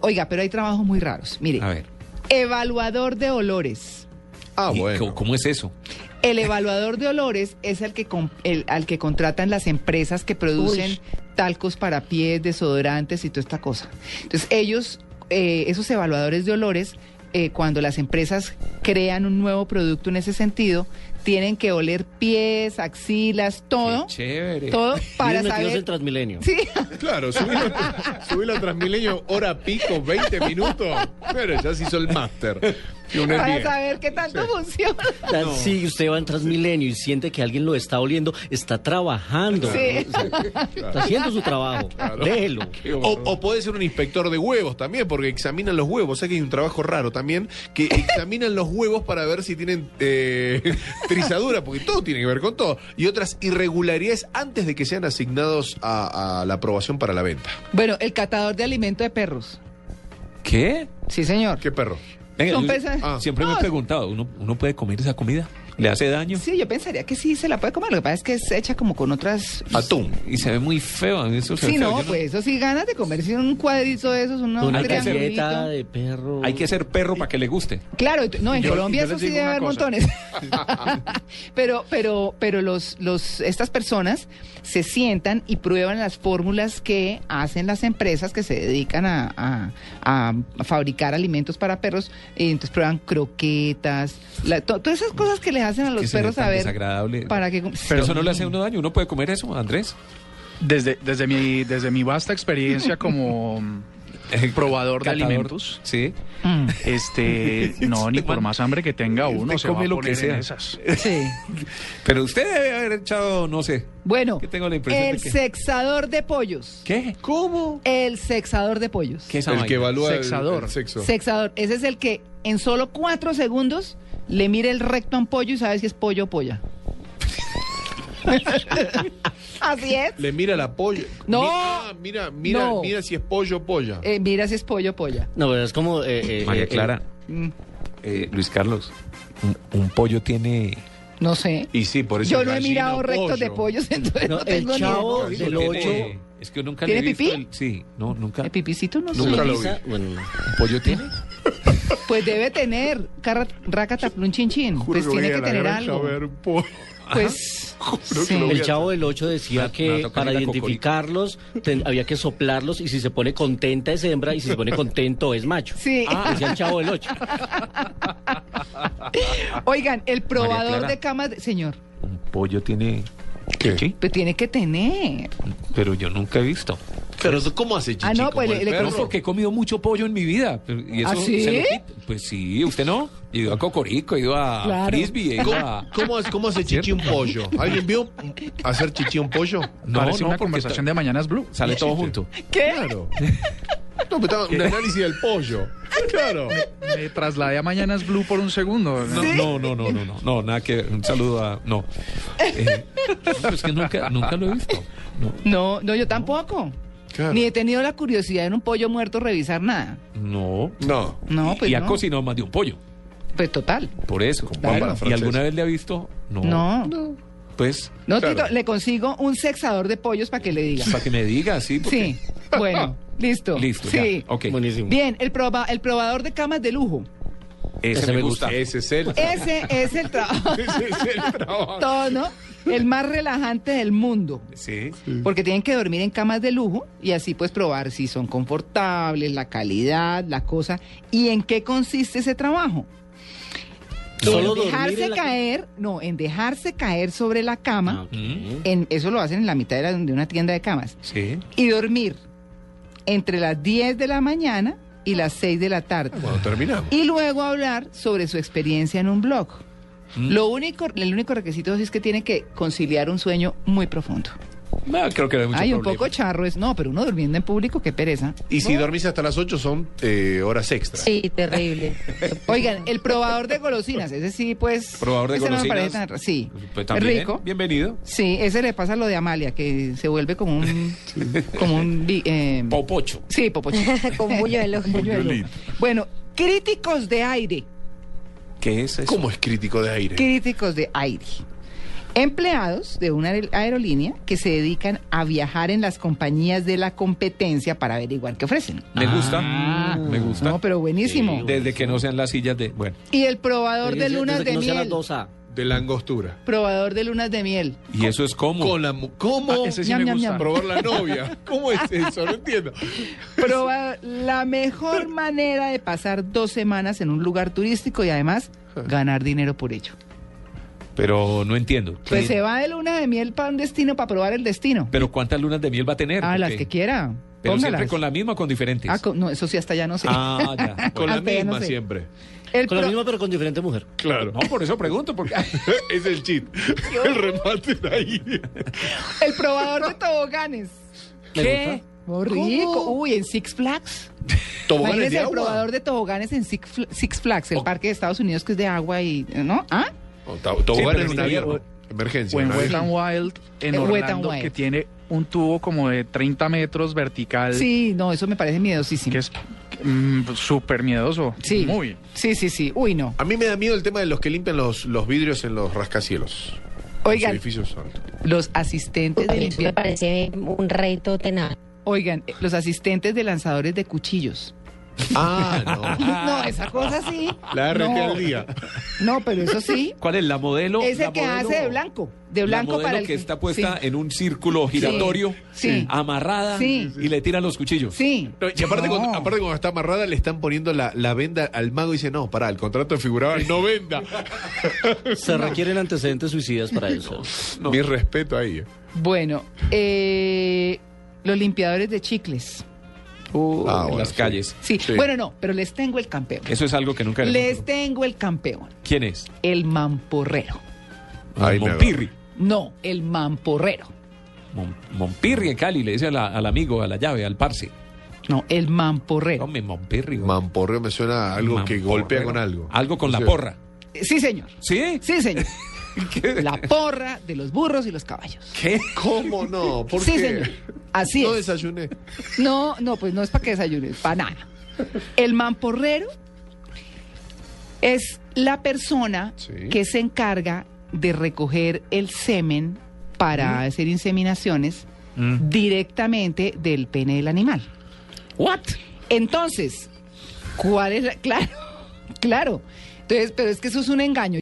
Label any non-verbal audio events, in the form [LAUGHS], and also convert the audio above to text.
Oiga, pero hay trabajos muy raros. Mire, A ver. evaluador de olores. Ah, bueno. ¿Cómo es eso? El evaluador de olores es el que con- el- al que contratan las empresas que producen talcos para pies, desodorantes y toda esta cosa. Entonces, ellos, eh, esos evaluadores de olores, eh, cuando las empresas crean un nuevo producto en ese sentido, tienen que oler pies, axilas, todo, Qué chévere. todo para Viven metidos saber. en Transmilenio. Sí. Claro, subilo, subilo a Transmilenio, hora pico, 20 minutos. Pero ya se hizo el máster. Y un es Para 10. saber qué tanto funciona. O sea, Si usted va en Transmilenio y siente que alguien lo está oliendo, está trabajando. Sí. ¿no? O sea, Está haciendo su trabajo. Claro. Déjelo. O, o puede ser un inspector de huevos también, porque examinan los huevos. O sea que hay un trabajo raro también, que examinan los huevos para ver si tienen eh, [LAUGHS] trizadura, porque todo tiene que ver con todo. Y otras irregularidades antes de que sean asignados a, a la aprobación para la venta. Bueno, el catador de alimento de perros. ¿Qué? Sí, señor. ¿Qué perro? Venga, Son yo- pesas- ah, siempre me No. he preguntado, ¿uno, ¿uno puede comer esa comida? ¿Le hace daño? Sí, yo pensaría que sí se la puede comer. Lo que pasa es que es hecha como con otras. Atún. Y se ve muy feo. a mí Eso se ve Sí, feo, no, yo pues eso sí, ganas de comerse un cuadrito de esos, una, Una un triangulito. galleta de perro. Hay que ser perro para que le guste. Claro, ent- no, en Yo- Colombia yo eso les sí digo debe una haber cosa. montones. pero, pero, pero los, los, estas personas se sientan y prueban las fórmulas que hacen las empresas que se dedican a, a- a fabricar alimentos para perros. Y entonces prueban croquetas, la- to- todas esas cosas que les hacen a que los se ve perros tan saber desagradable. para que. com- Pero eso Sí. no le hace a uno daño. ¿Uno puede comer eso, Andrés? Desde, desde, mi, desde mi vasta experiencia como mm, probador de Eh, Catador. alimentos, Sí. Mm, este, no, ni por más hambre que tenga Este uno, se va come a lo poner que sea. en esas. sí. Pero usted debe haber echado, no sé. Bueno, Que tengo la impresión de el que- sexador de pollos. ¿Qué? ¿Cómo? El sexador de pollos. ¿Qué es esa El que vaina? evalúa el- Sexador. El, sexo. Sexador. Ese es el que en solo cuatro segundos le mira el recto a un pollo y sabe si es pollo o [LAUGHS] polla. Así es. Le mira la polla. No. Mi- ah, mira, mira, No. mira si es pollo o polla. Eh, mira si es pollo o polla. No, pero es como. eh, eh, María eh, Clara, Mm, eh, Luis Carlos, un, un pollo tiene... no sé. Y sí, por eso Yo es no he gallina mirado o rectos de pollos, [LAUGHS] entonces no, No, el tengo ni chavo idea. Del ocho. Es que nunca ¿Tiene le he visto pipí? el- Sí, no, nunca. ¿El pipicito no Nunca sé. lo Pisa- eh, Bueno, no. ¿Un pollo tiene? Pues debe tener. carra- Rácata, un chin chin. Juro Pues que voy tiene a que la tener granja algo. a ver pollo. Pues. [LAUGHS] Juro que lo voy El a- chavo del 8 Me decía va- me va a que tocar para ir a Cocorito. identificarlos ten- había que soplarlos y si se pone contenta es hembra y si [LAUGHS] se pone contento es macho. Ah, Sí. Decía el chavo del 8. Oigan, el probador Clara. de camas, de- señor, Un pollo tiene... ¿Qué? Sí, pero tiene que tener. pero yo nunca he visto. Pero eso, ¿cómo hace chichi? Ah, no, pues como le- el le- perro? No, porque he comido mucho pollo en mi vida. pero- Y eso ¿Ah, sí? se lo quita. Pues sí, usted no. He ido a Cocorico, he ido a Claro. Frisbee, he ido Ah. a. ¿Cómo, hace- cómo hace chichi un pollo? ¿Alguien vio hacer chichi un pollo? No, Parece no, una porque conversación está- de Mañanas Blue. [LAUGHS] Sale todo [LAUGHS] junto. ¿Qué? Claro. No, pero estaba un análisis del pollo. Claro. Me trasladé a Mañanas Blue por un segundo. No, no, no, no, no, no, no, nada que ver. Un saludo a. [LAUGHS] No. Eh, no, es que nunca, nunca lo he visto. No, No, no, yo tampoco. Claro. Ni he tenido la curiosidad en un pollo muerto revisar nada. no. No. No, pues y ha no. cocinado más de un pollo. Pues total. Por eso. Claro. ¿Y alguna vez le ha visto? No. No. Pues, No, Claro. Tito, le consigo un sexador de pollos para que le diga. para que me diga, sí. porque- Sí. [LAUGHS] Bueno, listo. Listo. Sí. Ya. Ok. Buenísimo. Bien, el, proba- el probador de camas de lujo. Ese, me gusta. Ese es el, ese Ese es el [LAUGHS] trabajo es el trabajo. todo, El más relajante del mundo. Sí. Porque tienen que dormir en camas de lujo y así pues probar si son confortables, la calidad, la cosa y en qué consiste ese trabajo. Solo en dormir dejarse en la- caer, no, en dejarse caer sobre la Ah, cama, ok. Mm. en, eso lo hacen en la mitad de, la- de una tienda de camas, Sí. y dormir entre las 10 de la mañana y las 6 de la Ah, tarde. Cuando terminamos. Y luego hablar sobre su experiencia en un blog. Mm. Lo único, el único requisito es que tiene que conciliar un sueño muy profundo. No, Ah, creo que no hay mucho Hay un problema. poco charro es, no, pero uno durmiendo en público, qué pereza. Y si dormís hasta las 8 son eh, horas extra. Sí, terrible. [LAUGHS] Oigan, el probador de golosinas, ese sí, pues. Probador de ese no me golosinas. parece tan- sí. Pues también, rico. Bienvenido. Sí, ese le pasa lo de Amalia, que se vuelve como [LAUGHS] un. como un. vi- eh, Popocho. sí, [LAUGHS] popocho. Con buñuelo. Buñuelo. Bueno, críticos de aire. ¿Qué es eso? ¿Cómo es crítico de aire? Críticos de aire. Empleados de una aer- aerolínea que se dedican a viajar en las compañías de la competencia para averiguar qué ofrecen. Me gusta. Ah. me gusta. No, pero buenísimo. Sí. Desde que no sean las sillas de. Bueno. Y el probador de Desde- lunas desde que de no sea miel. las 2A. De la angostura. Probador de lunas de miel. ¿Y eso es como? Con la mu- ¿Cómo? Ah, ese sí Ñam, me ñam, gusta. ñam. Probar la novia. ¿Cómo es eso? No entiendo. Proba- la mejor manera de pasar dos semanas en un lugar turístico y además ganar dinero por ello. Pero no entiendo. Pues se va de luna de miel para un destino para probar el destino. ¿Pero cuántas lunas de miel va a tener? Ah, las Ok. que quiera. Pero Póngalas. siempre con la misma o con diferentes. Ah, con- no, eso sí hasta ya no sé. Ah, [LAUGHS] ya. Con la Hasta ya no misma sé. siempre. El Con la pro- misma, pero con diferente mujer. Claro. No, por eso pregunto, [LAUGHS] porque. [LAUGHS] es el cheat. El remate de ahí. el probador de toboganes. [LAUGHS] Me ¿Qué? gusta. Muy rico. Uy, en Six Flags. Toboganes de Imagínese el agua. probador de toboganes en Six, Fl- Six Flags, Oh. el O- parque de Estados Unidos que es de agua y. ¿No? ¿Ah? O to- Sí, Toboganes en un pero sí, avión. Emergencia. O en un avión. Wet n Wild, en En Wet n Orlando, Wild. que tiene un tubo como de 30 metros vertical, Sí, no, eso me parece miedosísimo. que es mm, súper miedoso. Sí. Muy. Sí, sí, sí. Uy, no. A mí me da miedo el tema de los que limpian los, los vidrios en los rascacielos. Oigan. Los edificios altos. Los asistentes de Eso me limpia- parece un reto tenaz. Oigan, eh, los asistentes de lanzadores de cuchillos. Ah, no. No, esa cosa [LAUGHS] sí. La RT No. al día. No, pero eso sí. ¿Cuál es la modelo? Es la el que modelo- hace de blanco. De blanco la modelo para el que está puesta en un círculo giratorio, Sí. amarrada Sí. y le tiran los cuchillos. Sí. No, y aparte, No. Cuando, aparte cuando está amarrada le están poniendo la, la venda al mago y dice, no, pará, el contrato figuraba [LAUGHS] no venda. Se requieren antecedentes suicidas para eso. Mi respeto ahí. Bueno, eh, los limpiadores de chicles. Ah, en bueno, las sí. calles. Sí. Sí. Bueno, no, pero les tengo el campeón. Eso es algo que nunca haremos. Les tengo el campeón. ¿Quién es? El mamporrero. Ahí me Monpirri. No, el mamporrero. Mon- Monpirri en Cali, le dice a la- al amigo, a la llave, al parce. No, el mamporrero. Hombre, Monpirri. güey. Mamporreo me suena a algo que Mamporrero. golpea con algo. Algo con la Sí. porra. Sí, señor. ¿Sí? [LAUGHS] Sí, señor. La porra de los burros y los caballos. ¿Qué? ¿Cómo no? ¿Por sí, qué? señor. Así no es. desayuné. No, no, pues no es para que desayunes, para nada. El mamporrero es la persona Sí. que se encarga de recoger el semen para hacer inseminaciones directamente del pene del animal. ¿What? [LAUGHS] Entonces, ¿cuál es la...? Claro, claro. Entonces, pero es que eso es un engaño.